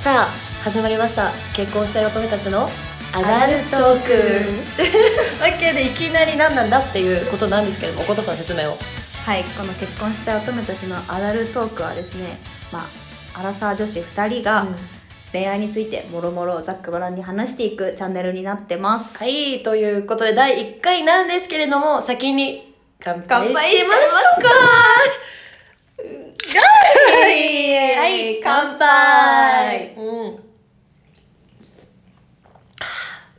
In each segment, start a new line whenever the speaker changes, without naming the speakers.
さあ始まりました結婚したい乙女たちのアダル トークわけでいきなり何なんだっていうことなんですけれどもおことさん説明を
はい、この結婚した乙女たちのアダルトークはですね、まあ、アラサー女子2人が恋愛についてもろもろざっくばらんに話していくチャンネルになってます。
はいということで第1回なんですけれども先に乾杯し
乾
ま
杯
し
し
ょ
ちゃ
うか
いは
はい
い
乾杯、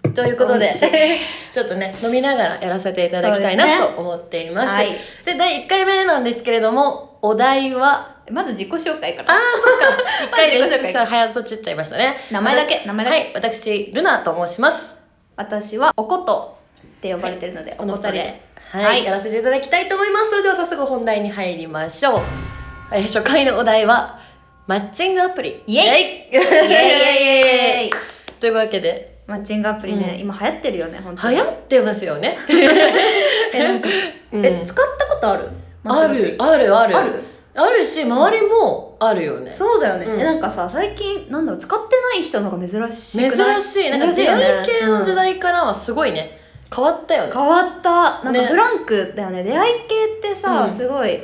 うん、ということ
美
で
味しい
ちょっとね飲みながらやらせていただきたいな
そうです
と思っています。
はい
で第1回目なんですけれどもお題は
まず自己紹介か
あ
ら。
あ、そっか。一回で
まあ自己紹介
さあ、早とちっちゃいましたね。
名前だけ名前だけ
はい、私、ルナと申します。
私はおことって呼ばれてるので、
この二
おこ
人
と
で。はい、
はい
やらせていただきたいと思います。それでは早速本題に入りましょう。えー初回のお題は、マッチングアプリ。
イエイ
イエイイ
イエイイエイイエイ
というわけで、
マッチングアプリね、
うん
今流行ってるよね、本当
流
に。
行ってますよね。
え、なんか、
うん
え、使ったことあるマ
あ
ッチングアプ
る
リ、
ある、ある。
ある
あるし、周りもあるよね。
そうだよね、
うん
えなんかさ最近なんだろう使ってない人の方が珍し
珍
くない
しい。なんか、
珍しい
出
よね
会い系の時
うん
代からはすごいね、変わったよね。
変わったなん
ね
かフランクだよね出会い系ってさ、
うん
すごい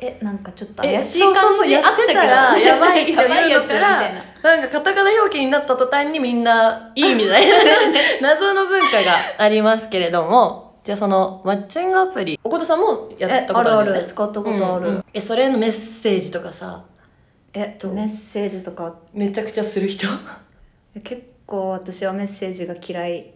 えなんかちょっと
え
怪しい
そ
感
う
じ
そうそうやってたらやばい
やばいやつ
か
みたい
ら
な
なんかカタカナ表記になった途端にみんないいみたいな、 ね、謎の文化がありますけれどもじゃあそのマッチングアプリおことさんもや
え
ったこ
あ
と
る
あ
あ
るよね
る使ったことある、
うんうんえそれのメッセージとかさ
え
どう
メッセージとか
めちゃくちゃする人
結構私はメッセージが嫌 い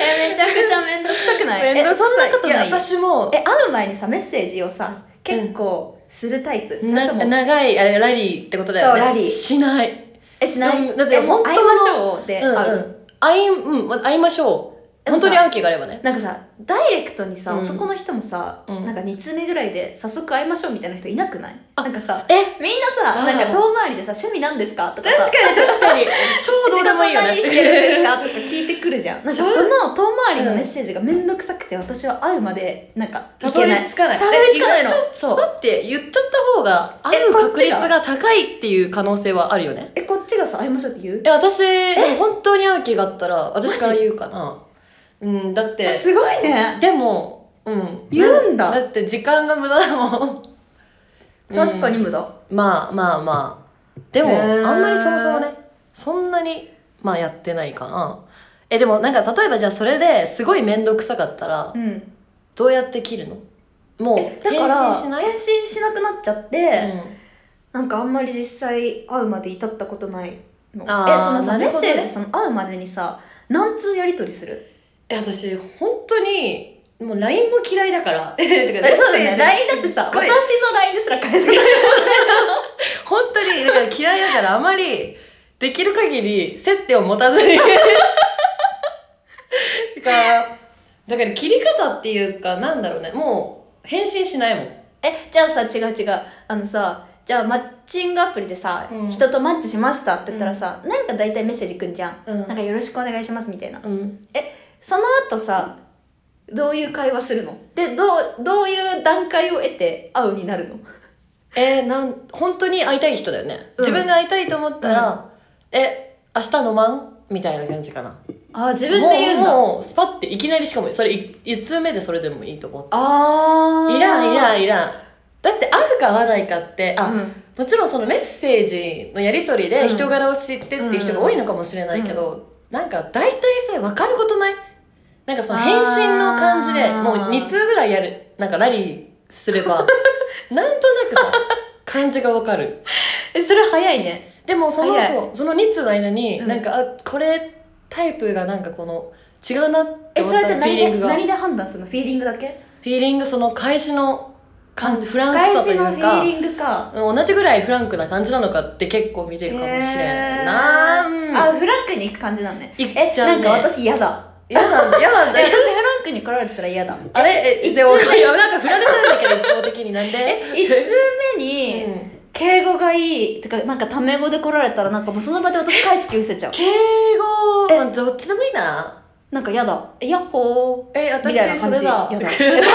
えめちゃくちゃ面倒くさくな
めんどくさ
えそんなことない
や私も
え会う前にさメッセージをさ結構するタイプ、それ
な
とも
長いあれラリーってことだよね
そうラリー
しない
えしな
う
い
んだって
えも
本
う
当
会い
の
ましょうで
うん
会う、
うん会い,、うん、会いましょう
でも
本当
さ
に会う気があればね
なんかさダイレクトにさ、
うん
男の人もさ、
うん
なんか2通目ぐらいで早速会いましょうみたいな人いなくない
あ
なんかさ
え
みんな
あー
さなんか遠回りでさ「趣味なんですか?」とかさ
確かに確か にちょうど
仕
俺
事
もいいよね
何してるんですかとか聞いてくるじゃんなんかそ
そう
の遠回りのメッセージが面倒くさくて私は会うまでなんか
た
い
ど
け
り
ない
着かない
たどり着かないの
え意外と
そう
だって言っちゃった方がある
えこっ
確
ち
率
が
が高いっていう可能性はあるよね
えこっちがさ会いましょうって言う
え私本当に会う気があったら私から言うかなうんだって
すごいね
でもうん
言うんだ
だって時間が無駄だもん
確かに
うん
無駄
まあまあまあでも
へー
あんまりそもそもねそんなにまあやってないかなえでもなんか例えばじゃあそれですごい面倒くさかったら
うん、
どうやって切るのもう
だ
返
から
信しない
返信しなくなっちゃって、
うん
なんかあんまり実際会うまで至ったことないのえ
あー
そのさ、
な
メ
る
ッ
ほどね
セージその会うまでにさ何通やり取りする
え私本当にもう LINE も嫌いだからえ
えそうだよね LINE だってさ
すっ
私
ごい
の LINE ですら返せない
本当にだから嫌いだからあまりできる限り接点を持たず にだからだから切り方っていうかなんだろうねもう返信しないもん
えじゃあさ違う違うあのさじゃあマッチングアプリでさ、
うん
人とマッチしましたって言ったらさ、なんか大体メッセージくんじゃん、
うん
なんかよろしくお願いしますみたいな
うん、
その後さどういう会話するのでどうどういう段階を得て会うになるの
えーなん本当に会いたい人だよね、
うん
自分が会いたいと思ったら、え明日飲まんみたいな感じかな
あ自
自
分で言うんだ
もうもうスパッていきなりしかもそれい1通目でそれでもいいと思う
あー
いらんいらんいらんだって会うか会わないかってあ、
うん
もちろんそのメッセージのやり取り
う
で
ん
人柄を知ってっていう人が多いのかもしれないけど、なんか大体さ分かることないなんかその返信の感じで
あー
もう2通ぐらいやるなんかラリーすれ ばなんとなくさ感じが分かる
えそれ早いね
でもその
早い
そうその2通の間に、
うん
なんかあこれタイプがなんかこの違うなって
え
思
そ
った
れって
フィー
何
リン
で
グが
何で判断するのフィーリングだけ
フィーリングその開始の感じフランク
返
さとい
し
う
の
か
フィーリングか
同じぐらいフランクな感じなのかって結構見てるかもしれないな、うん
あフランクに行く感じなんね
行っ
え
ちゃうね
なんか私嫌だ
嫌なんだ嫌なん
え
だ
私フランクに来られたら嫌だ
あれえ
一
で
通
も
目
なんか振られたんだけど一方的になんで
1通目に、
うん
敬語がいいてかなんかタメ語で来られたらなんかもうその場で私返す気失せちゃう
敬語
え
まあどっちでもいいな
なんか嫌だえヤッホ
え
ーみたいな
私そ
感
れ
じ嫌
だ
だえマジで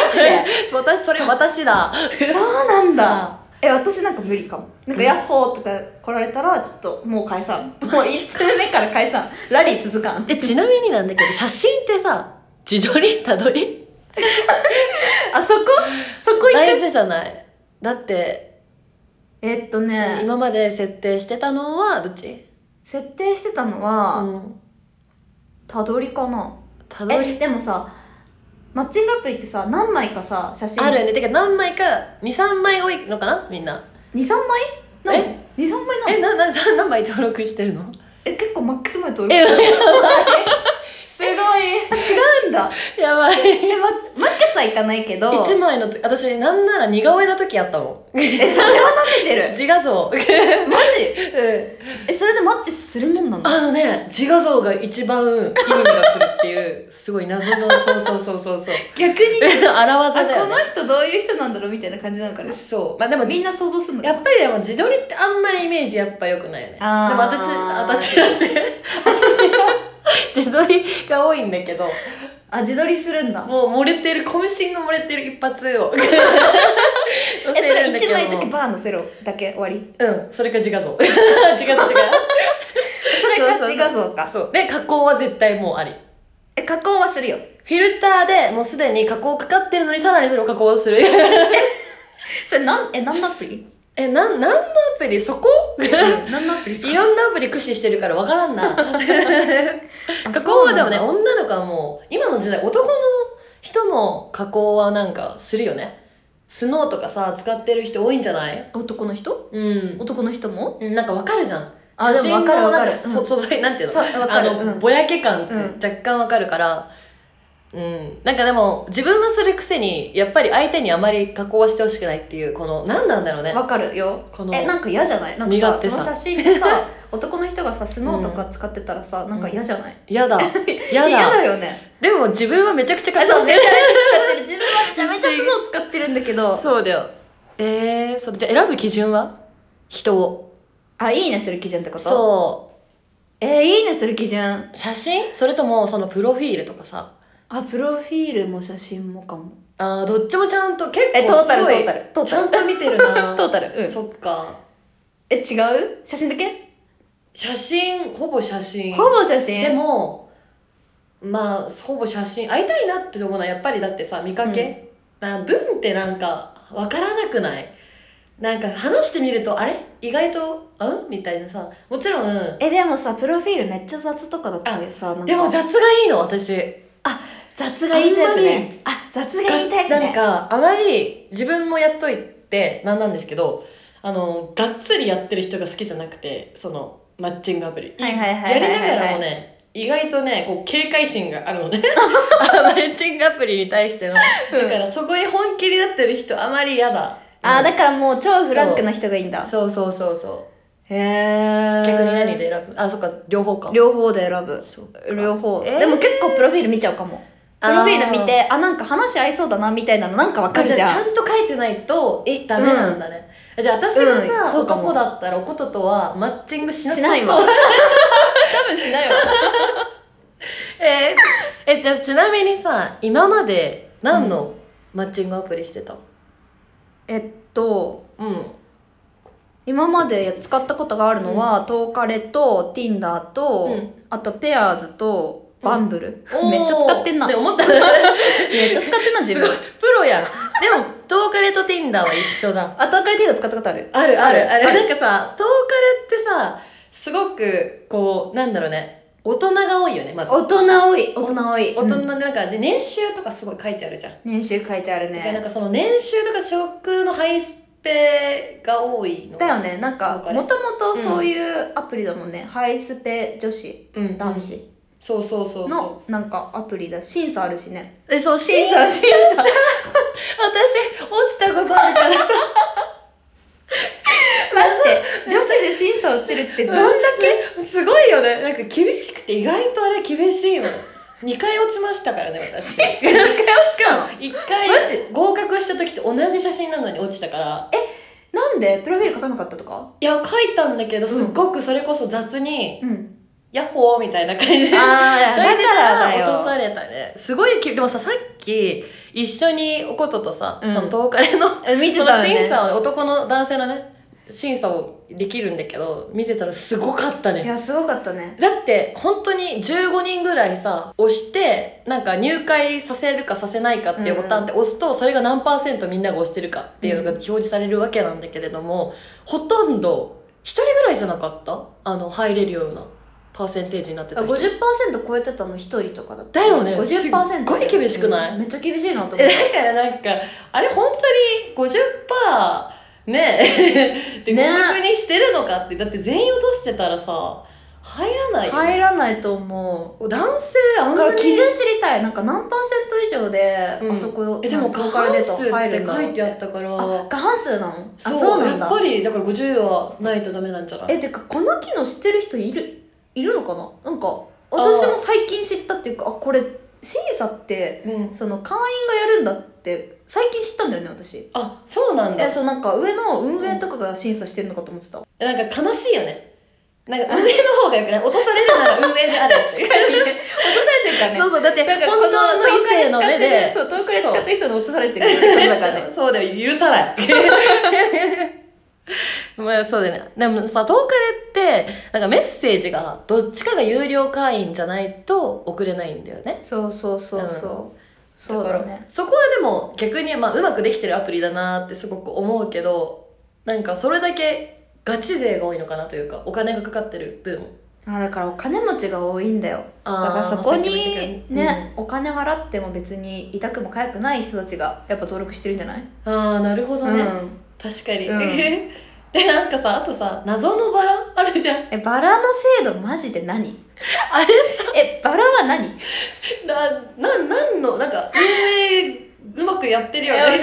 私それ私だ
そうなんだえ私なんか無理かもなんかヤッホーとか来られたらちょっともう解散 もう1通目から解散ラリー続かん
でちなみになんだけど写真ってさ自撮りたどり
あそこそこ行
大
く
事じゃないだって
えっとね
今まで設定してたのはどっち
設定してたのは
うん
たどりかな
たどり
えでもさマッチングアプリってさ何枚かさ写真
あるよねてか何枚か23枚多いのかなみんな
23枚なの
え
23枚なの
えななな何枚登録してるの
え結構マックスまで登
え
録してる
すごい
違うんだ
やばい
えママックスはいかないけど
1枚のと私なんなら似顔絵の時やったもん
えそれは舐めて る
自画像
マジえそれでマッチするもんなの
あのね自画像が一番意味が来るっていうすごい謎のそうそうそうそうそう
逆に
荒
あこ
技だよね
の人どういう人なんだろうみたいな感じなのかな
そうまあでも
みんな想像するの
やっぱりでも自撮りってあんまりイメージやっぱ良くないよねでも
あー
私私だって私が自撮りが多いんだけど
あ自撮りするんだ
もう漏れてる渾身の漏れてる一発 を
え
載
そ
せるん
れ
だけ
1
ど
枚だけバーンのせろだけ終わり
うんそれか自画像 自画像ってか
それか自画像か
そうで加工は絶対もうあり
え加工はするよ
フィルターでもうすでに加工かかってるのにさらにそれを加工する
それなんえ何のアプリ
えなん何のアプリそこ
何のアプリ
いろんなアプリ駆使してるからわからんな 加工
そう
はで
な
も
ん
ね
だ
女の子はもう今の時代男の人も加工はなんかするよねスノーとかさ使ってる人多いんじゃない
男の人
うん
男の人も
なんかわかるじゃん
あでもわかるわかる
写真のなん
うん
素材なんていうの
そうわかる
あの、
うん
ぼやけ感って
うん
若干わかるから、うんなんかでも自分はするくせにやっぱり相手にあまり加工はしてほしくないっていうこの何なんだろうね
わかるよ
この
えなんか嫌じゃないなんか
身勝
さ
手
そ
さ
の写真でさ 男の人がさスノーとか使ってたらさ、なんか嫌じゃない
やだやだ
嫌だよね
でも自分はめちゃくちゃ加
えそ
工
う
し
め
て
ちゃ
る
めちゃ使ってる自分はめちゃめちゃスノー使ってるんだけど
そうだよえー、それじゃあ選ぶ基準は人を
あいいねする基準ってことう
そ
えー、いいねする基準
う写真それともそのプロフィールとかさ
あプロフィールも写真もかも
あーどっちもちゃんと結構
えトータ
す
ルト
ごい
ータルトー
ち
タ
ゃ
ル
んと見てるな
トータル、うん、
そっか
え違う写真だけ
写真ほぼ写真
ほぼ写真
でもまあほぼ写真会いたいなって思うのはやっぱりだってさ見かけ、な文ってなんかわからなくないなんか話してみるとあれ意外と「うん?」みたいなさもちろん
えでもさプロフィールめっちゃ雑とかだったけどさなんか
でも雑がいいの私
雑がいいタイプねあ雑がいいタイプね
なんかあまり自分もやっといてなんなんですけどあのがっつりやってる人が好きじゃなくてそのマッチングアプリ
はいはいは
や
いはいは
り
い
ながらもね意外とねこう警戒心があるのねマッチングアプリに対してのだ
うん
からそこに本気になってる人あまり嫌だ
あーだ
か
からもう超フランクな人がいいんだ
そうそうそうそ
へ
う
え
逆に何で選ぶあそっか両方か
両方で選ぶ
そうか
両方、
えー
でも結構プロフィール見ちゃうかもプ
あー
ロフィール見てあなんか話合いそうだなみたいなのなんかわか
あ
る
じゃ
じ
あち
ゃ
ゃ
ん
んと書いてないと
え
ダメなんだね、じゃあ私がさ、
うんそうかも
男だったらおこととはマッチングしなさ
しないわ
そう
多分しないわ
えーえじゃあちなみにさ今まで何のマッチングアプリしてた
えっと
うん
今まで使ったことがあるのは、トーカレと Tinder と、
うん
あとペアーズとバンブル、
おー
めっちゃ使ってんな、
ね思った
めっちゃ使ってんな自
すごい
分
プロやんでもトーカレと Tinder は一緒だ
あトーカレ Tinder 使ったことある
あるあるあ
あ
れ
る
なんかさトーカレってさすごくこうなんだろうね大人が多いよねまず
大人多い大人多い
大人
うん
でなんか、で年収とかすごい書いてあるじゃん
年収書いてある
だからなん
ね
かその年収とか職のハイスペが多いの
だよねなんか
トーカレ
もともとそういうアプリだもんね、ハイスペ女子
うん
男子
そうそうそうそう
のなんかアプリだ審査あるしね
えそう審査
査審査
私落ちたことあるからさ
待 って女子で審査落ちるってどん だけ
けすごいよねなんか厳しくて意外とあれ厳しいの2回落ちましたからね 私
審査2回落ちたの
1回
マジ
合格した時と同じ写真なのに落ちたから
なんでプロフィール書かなかったとか
いや書いたんだけど
うん
すっごくそれこそ雑に
うん
ヤッホーみたいな感じで
あー
書いてたら
だからだよ
落とされたねすごいきでもささっき一緒におこととさ、
うん
その東レ の
え見て
そ
た
の
よね
審査を男の男性のね審査をできるんだけど見てたらすごかった
い
ね
やすごかったね
だって本当に15人ぐらいさ押してなんか入会させるかさせないかっていうボタンって押すとそれが何パーセントみんなが押してるかっていうのが表示されるわけなんだけれども、ほとんど1人ぐらいじゃなかったあの入れるようなパーセンテージになってた人
50%超えてたの1人とかだった
だよねすっ
50%
ごい厳しくない
うんめっちゃ厳しいなと思っ
え
て
だからなんかあれ本当に50%ねえ で
ね
合格にしてるのかってだって全員落としてたらさ入らないよ
入らないと思
男性あ
うんだ
ま
から
り
基準知りたいなんか何パーセント以上で、
うん
あそこ
えでも
なんか
過
ローカ
半
ルデー
数
ト
っ
入る
て
んだ
書いてあったから
あ過半数なのあ
そう
そうなん
やっ
だ
ぱりだから50はないとダメなんじゃない
えてかこの機能知ってる人いるいるのかななんか私も最近知ったっていうかあこれ審査って
うん、
その会員がやるんだって最近知ったんだよね私
あそうなんだ
えそうなんか上の運営とかが審査してるのかと思ってた、
なんか悲しいよねなんか運営の方がよくない落とされるなら運営である 確かにね
落とされてるからね
そうそうだって
なんかこ
本当の
の
異
遠くで
性
使
の
って
目
ね
で
そう遠くで使ってる人の落とされてる
そう
だからね
そうだよ許さない まあそうだよねでもさトークレってなんかメッセージがどっちかが有料会員じゃないと送れないんだよね
そうそうそうそう、そうだね
そこはでも逆に、まあ、うまくできてるアプリだなってすごく思うけどなんかそれだけガチ勢が多いのかなというかお金がかかってる分
あだからお金持ちが多いんだよ
だ
だからそこにね、お金払っても別に痛くも痒くない人たちがやっぱ登録してるんじゃない
ああーなるほどね、
うん
確かに、
うん
でなんかさあとさ謎のバラあるじゃん
えバラの制度マジで何
あれ
えバラは何
な、な、なんの、なんか、運営、うまくやってるよ ね。
本当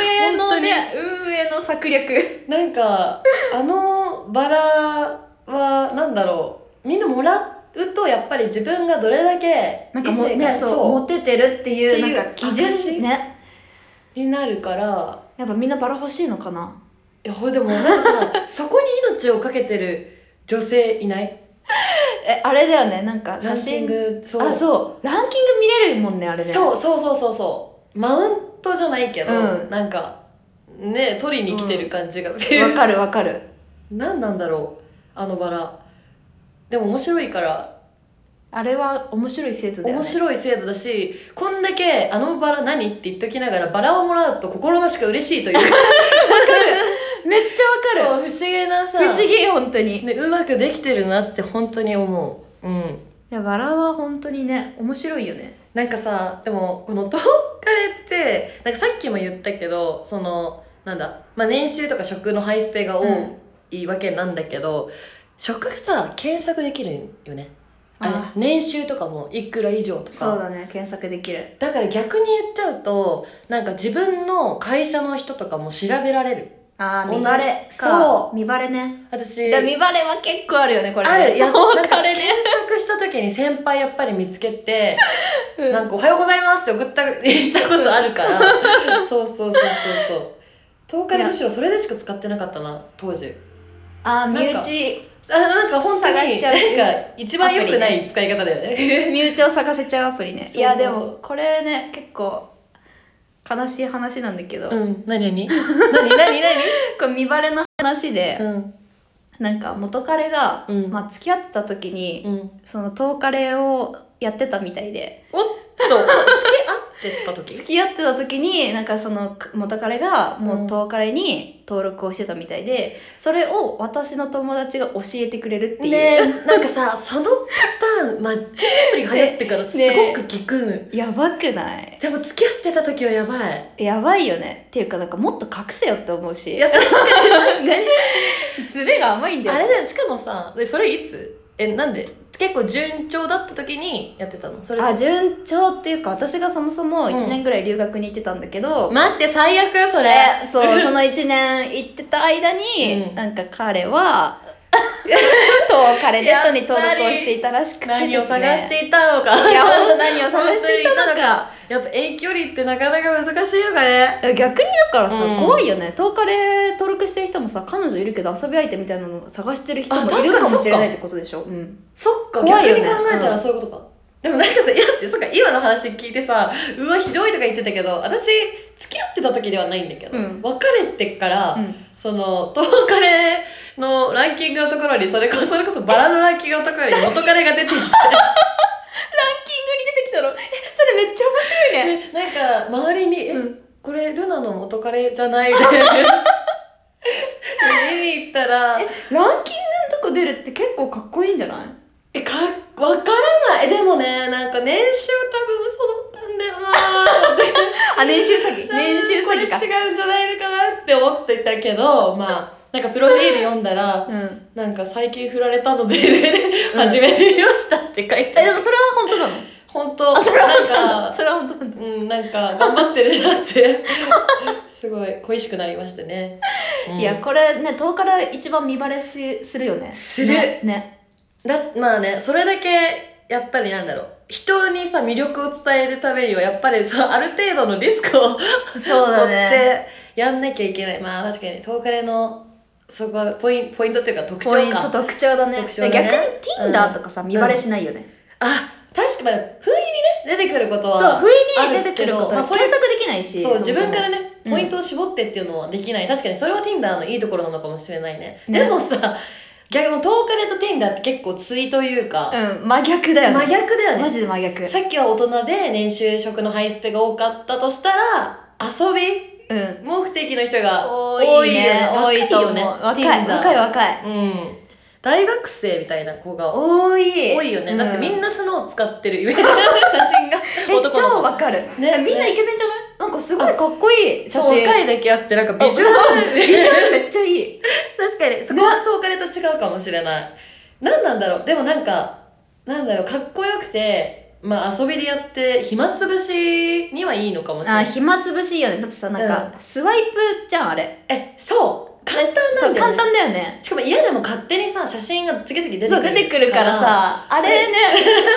運
営のね
運営の策略
なんか、あのバラは、なんだろう、みんなもらうと、やっぱり自分がどれだけ、
なんかもう
異性が
ねそう
そ
モテてるっていう
っていう
なんか基準
証
ね
う、になるから、
やっぱみんなバラ欲しいのかない
や、ほいでもなん かさ、そこに命をかけてる女性いない
えあれだよねなんか
ラン
写
キン
真
グ、そう。
あそうランキング見れるもんねあれね
そうそうそうそうそう。マウントじゃないけど、
うん
なんか、ね、取りに来てる感じがする。
わかるわかる
何なんだろうあのバラでも面白いから
あれは面白い制度だよ
面
ね
白い制度だしこんだけ「あのバラ何?」って言っときながらバラをもらうと心なしか嬉しい というか
めっちゃわかる
そう不思議なさ
不思議本当に
ね、うまくできてるなって本当に思ううん
いやバラは本当にね面白いよね
なんかさでもこの「トーカレ」ってなんかさっきも言ったけどそのなんだ、まあ、年収とか職のハイスペが多いわけなんだけど、職さ検索できるよねあれ
あ
年収とかもいくら以上とか
そうだね検索できる
だから逆に言っちゃうとなんか自分の会社の人とかも調べられる
あー
お
見バレか
そう
見バレね
私
いや見バレは結構あるよねこれね
あるいや
もう
なん
こ
か
れ
検
ね
索した時に先輩やっぱり見つけて「
うん
なんかおはようございます」って送ったりしたことあるから そうそうそうそうそう東海むしろそれでしか使ってなかったな当時
あー身
なんか
内
あなんか本当に
探しちゃう
なんか一番良くない使い方だよね
身内を探せちゃうアプリね
そう
いや
そう
で
そう
もこれね結構悲しい話なんだけど、
うん何何何何何
これ見バレの話で、
うん
なんか元彼が、
うん
まあ、付き合ってた時に、
うん
その遠カレをやってたみたいで
おっと付き合ってた時
付き合ってた時になんかその元彼がも
ん
う遠カレに登録をしてたみたいでそれを私の友達が教えてくれるっていう、
ねえなんかさそのパターンマッチングアプリが流行って からすご
ね
く聞く、
やばくない
でも付き合ってた時はやばい
やばいよねっていうかなんかもっと隠せよって思うし
いや確かに確か
ズベが甘いん
にあれだよしかもさでそれいつえなんで結構順調だった時にやってたのそれ
あ順調っていうか私がそもそも
うん
1年ぐらい留学に行ってたんだけど、
待って最悪それ
えそうその1年行ってた間に、
うん
なんか彼は遠カレネットに登録をしていたらしくてですね
何を探していたのか
いや本当何を探していたの
本当にいた
か
やっぱ遠距離ってなかなか難しいよね
逆にだからさ、
うん
怖いよね10日で登録してる人もさ彼女いるけど遊び相手みたいなのを探してる人も
あ確か
い
に
るかもしれないってことでしょ、うん、
そっか、
怖いよ
逆
ね
に考えたらそういうことか、でもなんかさいやってそっか今の話聞いてさうわひどいとか言ってたけど私付き合ってた時ではないんだけど、
うん
別れてから、その東カレのランキングのところにそれこそそれこそバラのランキングのところに元カレが出てきて
出てきたろえそれめっちゃ面白いね
なんか周りに「え、
うん
これルナの元カレじゃ ないで」見に行ったら
ランキングのとこ出るって結構かっこいいんじゃない
えかわからないえでもねなんか年収多分嘘だったんだよなって
あ年収詐欺年収
これ
詐
違
欺か
うんじゃないのかなって思ってたけどまあなんかプロフィール読んだら
うん
なんか最近振られたので 始めてみましたって書いてあ
えで
る
もそれは本当なの
本当
あそれは本当な
なん
だ
か
それは本当なんだ
うんなんか頑張ってるなって すごい恋しくなりましてね、うん
いやこれね10から一番見バレしするよね
する
ねね
だまあねそれだけやっぱりなんだろう人にさ魅力を伝えるためにはやっぱりさある程度のリスクを
そう
持
だ
っ
ね
てやんなきゃいけないまあ確かに東カレのそこはポインポイントっていうか特徴
ポイント
か
特徴だね
特徴だね
逆に Tinder とかさ、見バレしないよね、
あ確かまあ不意にね出てくることは
そう不意に出
あ
て
る
く
け
る
ど
こと、
まあそういう
検索できないし
そう
もも
自分からね
うん
ポイントを絞ってっていうのはできない、確かにそれは Tinder のいいところなのかもしれないね
ね
でもさ逆に東カレと Tinder って結構対というか、
うん真逆だよね
真逆だよね
マジで真逆
さっきは大人で年収職のハイスペが多かったとしたら遊び
うん
目的の人が
多
多
い
い
ね
よね
と思う若い
Tinder
若い若い
うん大学生みたいな子が
多い
多いよね、だってみん
な
なスノー使ってるイメー ジ写真が
え
男の
超
子
わかる、
ね
みんなイケメンじゃないなんかすごいかっこいい写
そう
真
若いだけあってなんかビジュア ル
ビジュアルめっちゃい い
確かにそこはとお金と違うかもしれない何なんだろうでもなんかなんだろうかっこよくてまあ遊びでやって暇つぶしにはいいのかもしれ
あ
な
ー
い
暇つぶしいよねだってさなんか、スワイプじゃんあれ
えそう簡単な
そ
ん
う
だよ、
簡
ね、
単だよね
しかも家でも勝手にさ写真が次々出てくる
そう出てくるからさあれね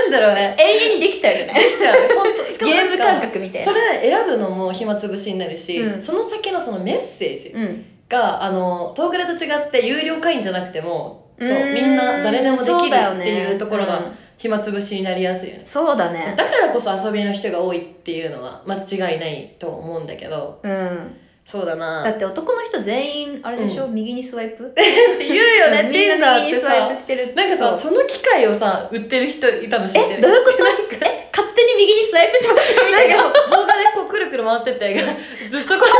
なんだろうね
永遠 にできちゃうよね
できちゃう本当しかも
ゲ
なん
ー
か
ム感覚みたい
そ
な
れ選ぶのも暇つぶしになるし、
うん
その先のそのメッセージ
うん
があの東クレと違って有料会員じゃなくてもそう
ーん
みんな誰でもできる
そうだよ
っ
ね
ていうところ
う
が
ん
暇つぶしになりやすいよね、
そうだね
だからこそ遊びの人が多いっていうのは間違いないと思うんだけど
うん
そうだな
だって男の人全員あれでしょ、右にスワイ プ
て言うよ
うんみんな右にスワイプ
さ
してる
なんかさ
そ
そ
う
の機械をさ売ってる人いたの知って
え
る
どうい うことえ勝手に右にスワイプしますよみたいな
なんか動画でこうくるくる回ってって ずっとこれ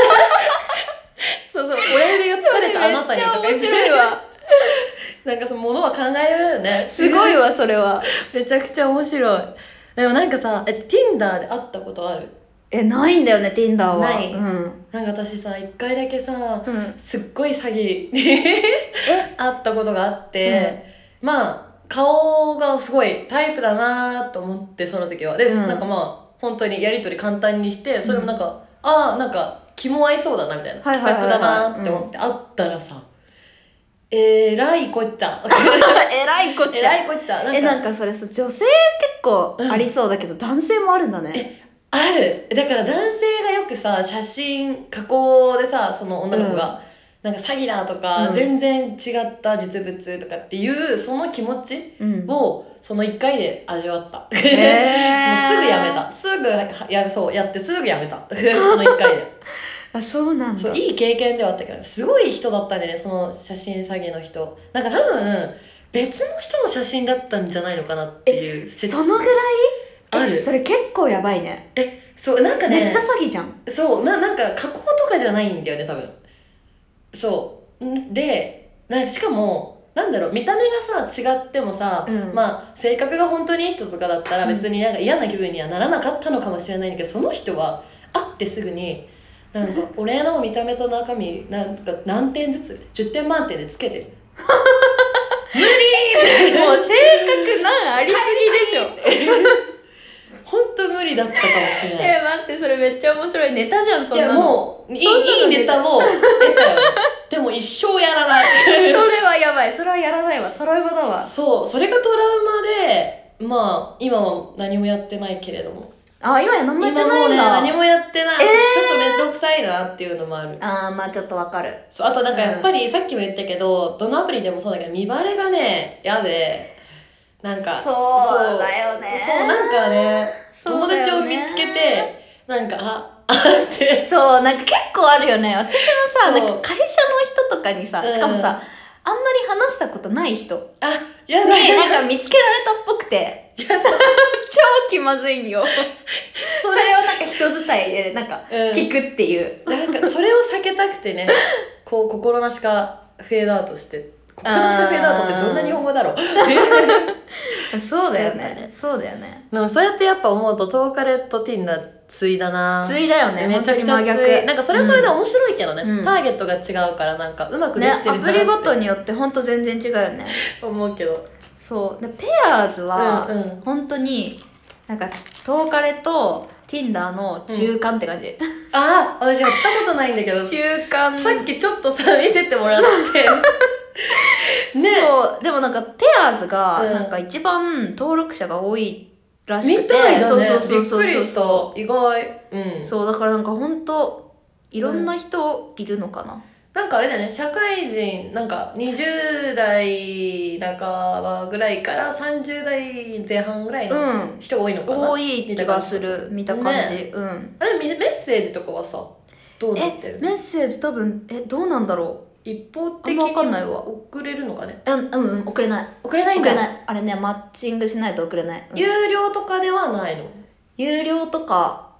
そうそう親指が疲れたあなたにとか
めっちゃ面白 いわ
なんかそのものは考えるよね
すごいわそれは
めちゃくちゃ面白いでもなんかさえ Tinder で会ったことある
えないんだよね Tinder は
ない
うん、
なんか私さ一回だけさ
うん、
すっごい詐欺に会ったこと があって、まあ顔がすごいタイプだなと思ってその時はで、
うん
なんかまあ本当にやり取り簡単にしてそれもなんか、ああなんか気も合いそうだなみたいな、
はいはいはいはい
気さくだなって思って会ったらさ、えらいこっちゃ
えらいこっ
え
ちゃ
らいこっちゃなんか
えなんかそれさ女性結構ありそうだけど、男性もあるんだね
あるだから男性がよくさ写真加工でさその女の子が、なんか詐欺だとか、
うん
全然違った実物とかっていうその気持ち
うん
をその1回で味わった、
え
もう
ー
すぐやめたすぐはやそうやってすぐやめた その1回で
あ そうなんだ
そういい経験ではあったけどすごい人だったねその写真詐欺の人なんか多分別の人の写真だったんじゃないのかなっていう説
そのぐらい
ある
えそれ結構やばいね
そうなんかね
めっちゃ詐 欺じゃん
そうななんか加工とかじゃないんだよね多分そううんでなんしかもなんだろう見た目がさ違ってもさ、
うん
まあ性格が本当にいい人とかだったら別になんか嫌な気分にはならなかったのかもしれないんだけどその人は会ってすぐになん か俺の見た目と中身なんか何点ずつ10点満点でつけてる無理
もう性格なんありすぎでし ょ
本当無理だったかもし れない
え待ってそれめっちゃ面白いネタじゃんそ
い
んな
や
の
もういい
そんなの
い いネタも出たよでも一生やらない
それはやばいそれはやらないわトラウマだわ
そうそれがトラウマでまあ今は何もやってないけれども
あ今や何もやってな
今
いん
もね
だ、
何もやってない、
えー
ちょっと面倒くさいなっていうのもある
ああまあちょっとわかる
そうあとなんかやっぱりさっきも言ったけど、どのアプリでもそうだけど見バレがね嫌でなんか
そうだよね
そうなんかね
そう
友
だよね
達を見つけてなんかああって
そうなんか結構あるよね私もさ
そ
な
うん
か会社の人とかにさ
うん
しかもさ、あんまり話したことない人に
あやだや
な
だ
んか見つけられたっぽく て超気まずいんよそれをなんか人伝いでなんか
うん
聞くっていう、
なんかそれを避けたく てねこう心なしかフェードアウトして心なしかフェードアウトってどんな日本語だろう
そうだよ
そうだよ
ねそうだよね
でもそうやってやっぱ思うとトーカレットティンダついだな
ついだよね
め
本
ちゃ
当
く
に
ちゃ
真
熱
逆
いなんかそれはそれで面白いけどね、
うん
ターゲットが違うからなんかうまくで
ね
きて
ア
るな
プリごとによって本当全然違うよね
と思うけど
そうでペアーズは
うんうん
本当になんかトーカレと Tinder の中間って感じ、
ああ私やったことないんだけどさ
中間
っきちょっとさ見せても らってね
そうでもなんかペアーズが
うん
なんか一番登録者が多いらしくて、
みたいだね
そうそうそうそう
びっくりした意外うん
そうだからなんか本当いろんな人いるのかな、
なんかあれだよね社会人なんか20代半ばぐらいから30代前半ぐらいの
うん
人が多いのかな、
多い気がする見た感じうん
あれメメッセージとかはさどうなって
え
るの
メッセージ多分えどうなんだろ
一方的
あ
に
んまわかんないわ
送れるのかね
ううんうんうん送れない
送れないん
送
だ
れないあれねマッチングしないと送れない、うん
有料とかではないの
有料とか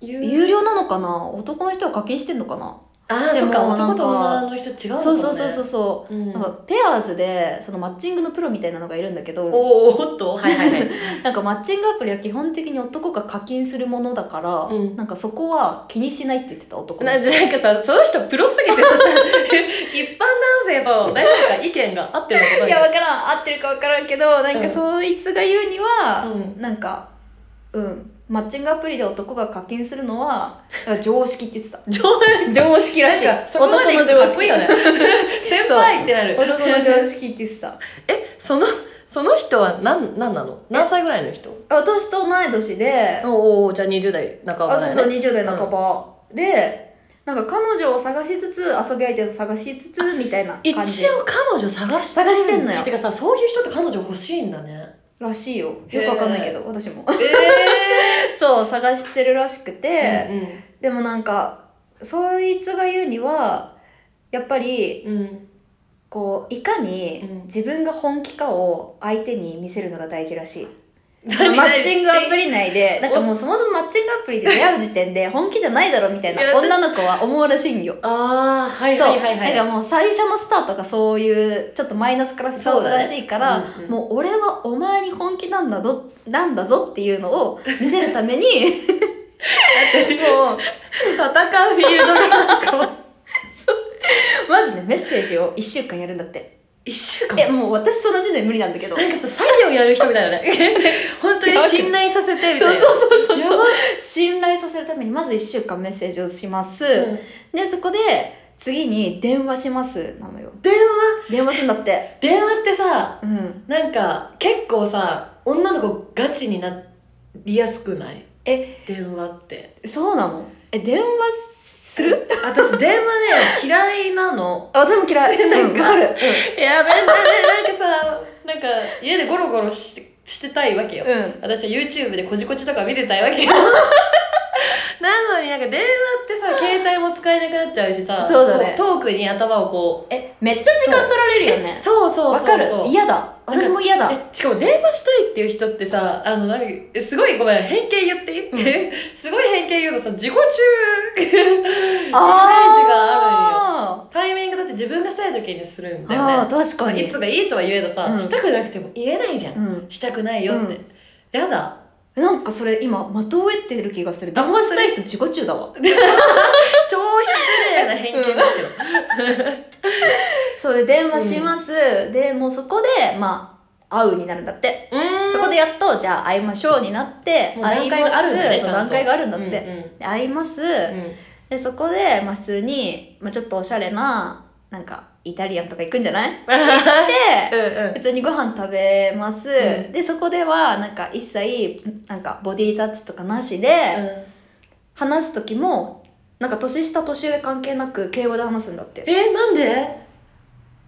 有
有料なのかな男の人は課金してんのかな、
ああ
で
そ
も
っか
なんか
男と女の人違うのかもね、
そうそうそうそうそう
ん
う、なんかペアーズでそのマッチングのプロみたいなのがいるんだけど
おーおっとはいはい はい
なんかマッチングアプリは基本的に男が課金するものだから、
うん
なんかそこは気にしないって言ってた男の
な
人
なんかさその人プロすぎてさ 一般男性と大丈夫か意見が合ってるのかどうか
いや分からん合ってるか分からんけどなん
う
か
ん
そいつが言うには、
うん
なんかうんマッチングアプリで男が課金するのはなんか常識って言って た
冗談
常識らしい
なんかそこまで
男
行く
の
と
常
かっこい
識
いよね 先輩ってなる
男の常識って言ってた
えそのその人は何何なの何歳ぐらいの人
私と同い年で、
おおじゃあ20代半ばだ
あそ
よ
う
ね
そう20代半ば、でなんか彼女を探しつつ遊び相手を探しつつみたいな
一
感じ
応彼女探して
探してんのよ
てかさそういう人って彼女欲しいんだね
らしいよ
へー
よくわかんないけど私も
え
そう探してるらしく
え
て、でもなんかそいつが言うにはやっぱり
うんうん
こういかに
うん
自分が本気かを相手に見せるのが大事らしい、
何
マッチングアプ
リ
リ内でなんかもうそもそもマッチングアプリで出会う時点で本気じゃないだろみたいな
いや
女の子は思うらしいんよ
ああはい
そう、
はいはいはい
なんかもう最初のスタートがそういうちょっとマイナスからスタートらしいから、
そうだねうんうん
もう俺はお前に本気なんだぞなんだぞっていうのを見せる ためにもう
戦うフィールドがなんか
まずねメッセージを1週間やるんだって
一週間
えもう私その時点で無理なんだけどそ
な
うん
かさ作業やる人みたいだ ね本当に信頼させてみ
そ
た
う
いな
そうそう
やば
信頼させるためにまず1週間メッセージをします、
うん
でそこで次に電話しますなのよ
電話
電話するんだって
電話ってさ
うん
なんか結構さ女の子ガチになりやすくない
え
電話って
そうなのえ電話する
私電話ね嫌いなの
あ私も嫌い
なんか
うん、わかる、
いやべんだねなんかさなんか家でゴロゴロしてしてたいわけよ、
うん
私は YouTube でこじこじとか見てたいわ けよなのになんか電話ってさ携帯も使えなくなっちゃうしさ
そうだね
そうトークに頭をこう
えめっちゃ時間取られるよね
そうそうそう
わ
そう
かる嫌だ私も嫌だ
えしかも電話したいっていう人ってさあのなんかえすごいごめん偏見言って、 すごい偏見言うとさ自己中イメージがあるんよ
あ
タイミングだって自分がしたい時にするんだ
ーあ
よ
ー
ね
確かに
いつがいいとは言えどさ、
うん
したくなくても言えないじゃん、
うん
したくないよって、
うん
やだ
なんかそれ今的を得てる気がする談話したい人自己中 だわ
超失礼な偏見だけど、
そうで電話します、でもうそこでまあ 会うになるんだって、
うん
そこでやっとじゃあ会いましょうになって
もう段階があるんだ
会
ねち
いますそ
ゃん
う段
と
階があるんだって、
うん
で会います、
うんうん
でそこで、まあ、普通に、まあ、ちょっとおしゃれななんかイタリアンとか行くんじゃないって
うんうん
普通にご飯食べます、
うん
でそこではなんか一切なんかボディタッチとかなしで
うん
話す時もなんか年下年上関係なく敬語で話すんだって
えなんで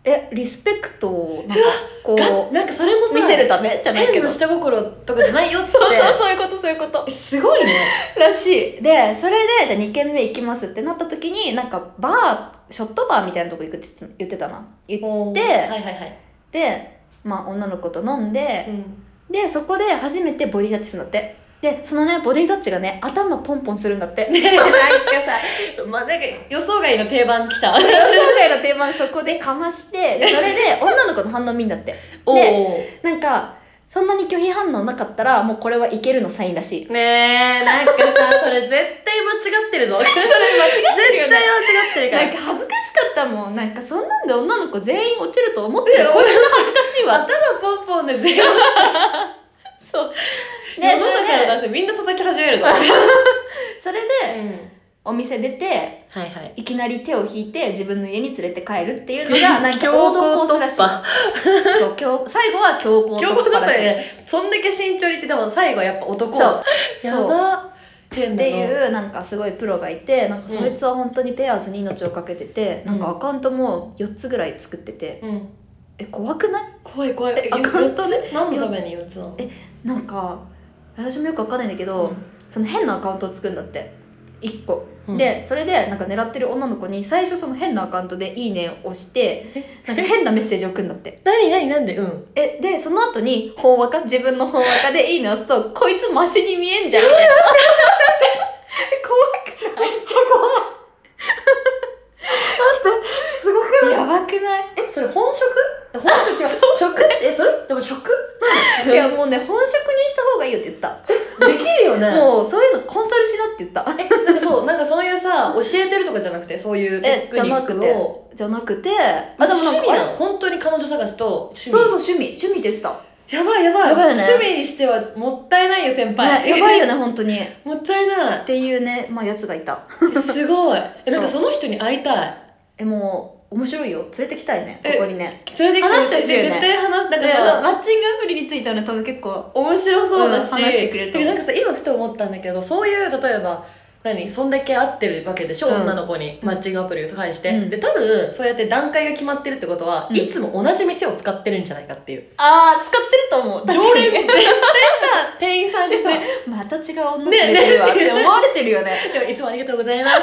えリスペクトを なんか
が
こ
なんかそれも
う
さ
見せるためじゃないけ
変
ど
の
そ
下
う
心とかじゃないよ っつって
そうそういうことそういうこと
えすごいね
らしいでそれでじゃあ2軒目行きますってなった時になんかバーショットバーみたいなとこ行くって言って言ってたな行っ
おー
で
はいはいはい
てまあ女の子と飲ん
う
で、
ん
でそこで初めてボディタッチするんだってでそのねボディタッチがね頭ポンポンするんだって
ね なんかさまあなんか予想外の定番来 た
予想外の定番そこでかまして でそれで女の子の反応見んだって
おお
なんかそんなに拒否反応なかったらもうこれはいけるのサインらしい
ねえなんかさそれ絶対間違ってるぞ それ間違
絶対間違ってる
から
なんか恥ずかしかったもんなんかそんなんで女の子全員落ちると思ってるこいつが恥ずかしい わ
頭ポンポンで全員
そうで
世 の中の
それ
男性みんな叩き始めるぞ、
でそれでお店出て
はいはい
いきなり手を引いて自分の家に連れて帰るっていうのが なんか王道コースらしいそう強最後は強 行
強
突
行
破
だっ
ら
た
し
よ
い
ねそんだけ慎重にってでも最後はやっぱ男
そう
や
そう
ば変
っ
だ
て
な
いうなんかすごいプロがいてなんか
うん
そいつは本当にペアーズに命をかけてて、なんかアカウントも4つぐらい作ってて
うん
え怖くない
怖い怖い
えアカウントね
四つ何のために4つなの
えなんか私もよくわかんないんだけど、その変なアカウントを作るんだって1個、
うん
でそれでなんか狙ってる女の子に最初その変なアカウントで「いいね」を押してなんか変なメッセージを送るんだって
何何なんでうん
えでその後に法話か自分の法話かで「いいね」を押すとこいつマシに見えんじゃんみたいな怖
めっちゃ怖い待ってすごく
くやばくない
えそれ本職え本職違う職えそれでも職
いやもうね本職にした方がいいよって言った
できるよね
もうそういうのコンサルしなって言った。
なんかそうなんかそういうさ教えてるとかじゃなくてそういうテ
え
クニックを
じゃなくて、
あ
あ、でもなん
趣
か
味
あれ
なの本当に彼女探しと趣味
そうそう、趣味。趣味って言ってた。
やばいやばい
やばいよね
趣味にしてはもったいないよ先輩、
ねやばいよね、本当に。っ
もったいない
ていうね、まあ、やつがいた。
えすごいえなんか
そ
その人に会いたい
え、もう、面白いよ。連れてきたいね、ここにね。
連れてきてほ
話してほしいよね
絶対話すなんか
で
さ
マッチングアプリについてはね、多分結構。
面白そうだし、
うん話してくれると
でなんかさ今ふと思ったんだけどそういう例えば何そんだけ会ってるわけでしょ、
うん
女の子に
うん
マッチングアプリを介して、
うん
で多分そうやって段階が決まってるってことは、
うん
いつも同じ店を使ってるんじゃないかっていう
あー、使ってると思う。確
常
か
連
に。
絶対さ店員さんでさ、
ね また違う女連れてるわっ
ねね
て思われてるよ ね。
でもいつもありがとうございます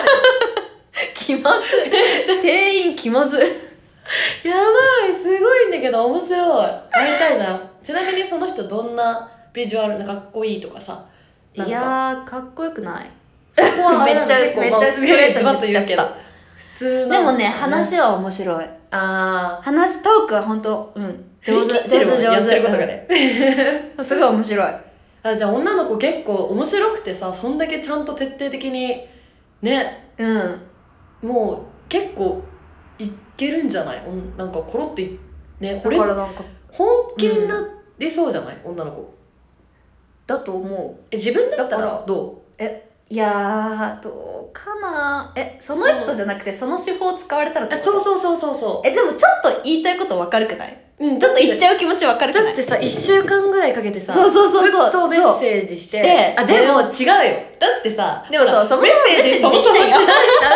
気まず。 店員気まず。
やばいすごいんだけど面白い会いたいなちなみにその人どんなビジュアルなかっこいいとかさ
い
なんか
やー、かっこよくない。
そこはあれなの
めっちゃ
結構
めっちゃ
まあ
ストレートに
ズバッと言うけど
言っち
普通の
でもね、話は面白い。
ああ
話トークは本当うん上手上手上手
やってることがね、
うんすごい面白い
あじゃあ女の子結構面白くてさそんだけちゃんと徹底的にね
うん
もう結構いけるんじゃないおんなんかコロッといねこ
だ
れ
からなんか
本気になりそうじゃない、女の子
だと思う
え自分だった
だから
らど
いやーどうかなえその
そ
人
う
じゃなくてその手法を使われたら
うえそう
う
そうそうそうそ、
えでもちょっと言いたいこと分かるくないう
うん、
ちょっと言っち
ゃ
ゃう気持ち分かるくな
だっ
い
てさ1週間ぐらいかけてさ
そうそうそうそう
ずっとメッセージして
そうして
あでも違うよだってさ
でもそうそもそもメッセージ
そもそも
できないよ
しない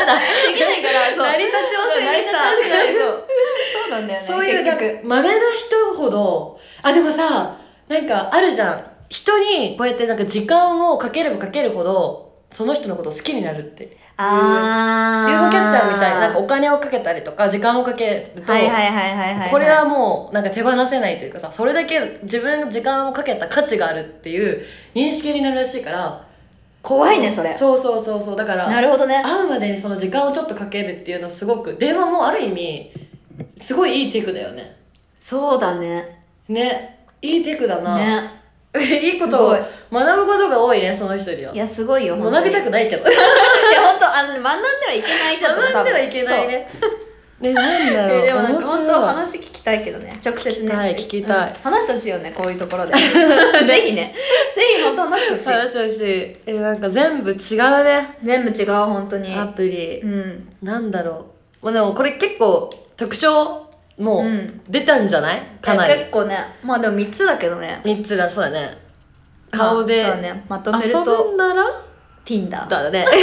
ダメ
できないから
だ成り立ちませんでした
成り立ちはしないそうそうなんだよね
そういう
結
なんか
局
まめな人ほどあでもさなんかあるじゃん人にこうやってなんか時間をかければかけるほどその人のことを好きになるって
あ
UFO キャッチャーみたいになんか
は
お金をかけたりとか時間をかけると、
いはいはいはいはい
これはもうなんか手放せないというかさそれだけ自分が時間をかけた価値があるっていう認識になるらしいから
怖いねそれ
そうそうそうそうだから
なるほどね
会うまでにその時間をちょっとかけるっていうのはすごく電話もある意味すごいいいテクだよね
そうだね
ねいいテクだな、
ね
いいこ
す
と
ご
を
い
学ぶことが多いねその人にはい
やすごいよ本当
学び
に
たくないけど
いや本当あのね学んではいけない人だと思う
学んではいけないねねなんだ
多
ろう
分そうえでもなん
面
か
白
本
い
当話聞きたいけどね直接
聞
ね
きたい聞きたい
うん話してほしいよねこういうところ で ぜひねぜひ本当話してほしい
話してほしいえなんか全部違うね
全部違う本当に
アプリ
うん
なんだろうまあでもこれ結構特徴もう
うん
出たんじゃないかなり
結構ねまあでも3つだけどね
3つだそうだね顔で
まあそうねまとめる
遊
と
ぶなら
Tinder
だね経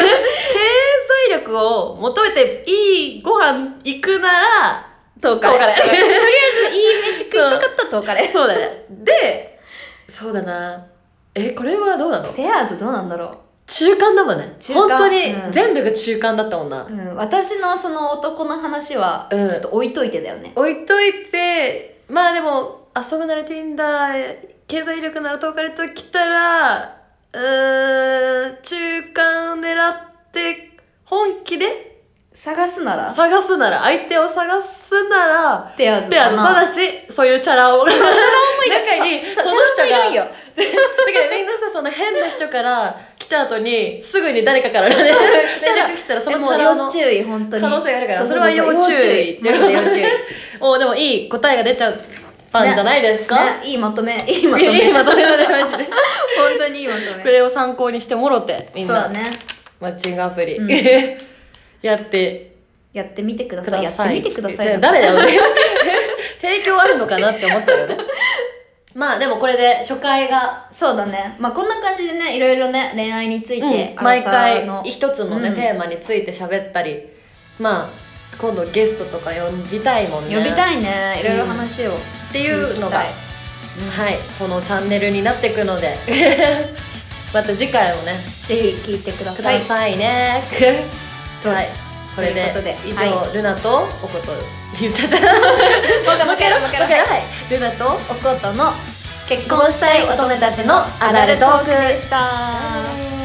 済力を求めていいご飯行くなら
と
カレ
とりあえずいい飯食いたかったとカレ
そうだねでそうだなえこれはどうなの
ペアーズどうなんだろう
中間だもんね
中間
本当に
うん
全部が中間だったもんな、
うん、私のその男の話はち
う
ょ
ん
っと置いといてだよね、
置いといてまあでも遊ぶなら Tinder 経済力ならトーカレと来たらうーん中間を狙って本気で
探すなら
探すなら相手を探すなら
ペアーズ
ペア
だ
ー
な
ただしそういうチャラ男がだか中に
そう
その人が
ちゃんといるんよ
らみんなさその変な人から来た後にすぐに誰かからね連絡来たらそ
で
の
も
チャラ男
要
の
注意本当に
可能性があるから
う
それは
う
要注意って
要注意マジで要注意
おでもいい答えが出ちゃったんじゃないですか、
ねいいまとめいいまとめ
いいまとめだねマジで
本当にいいまと
これを参考にしてもろてみん
そうだ
な、
ね
マッチングアプリ、
うん
やって
やってみてくだ
く
さい
ださい
やってみてください
誰だよね 提供あるのかなって思ったよね まあでもこれで初回が、
そうだねまあこんな感じでねいろいろね恋愛について、
うん毎
アラ
回
サーの
一つのね、
うん
テーマについて喋ったりまあ今度ゲストとか呼びたいもんね
呼び
い
たいねいろいろ話を、
っていうのが
聞き
はい、このチャンネルになっていくので また次回もね
たいぜひ聞いてくだ
く
さい
ださいね、
は い
はいこれで
ということで
以上、
は
ルナとおこと言っちゃったは
もう一回もう一回もう一回
い ルナと
おことの結婚したい乙女たちのアダルトークでした。
バイバイ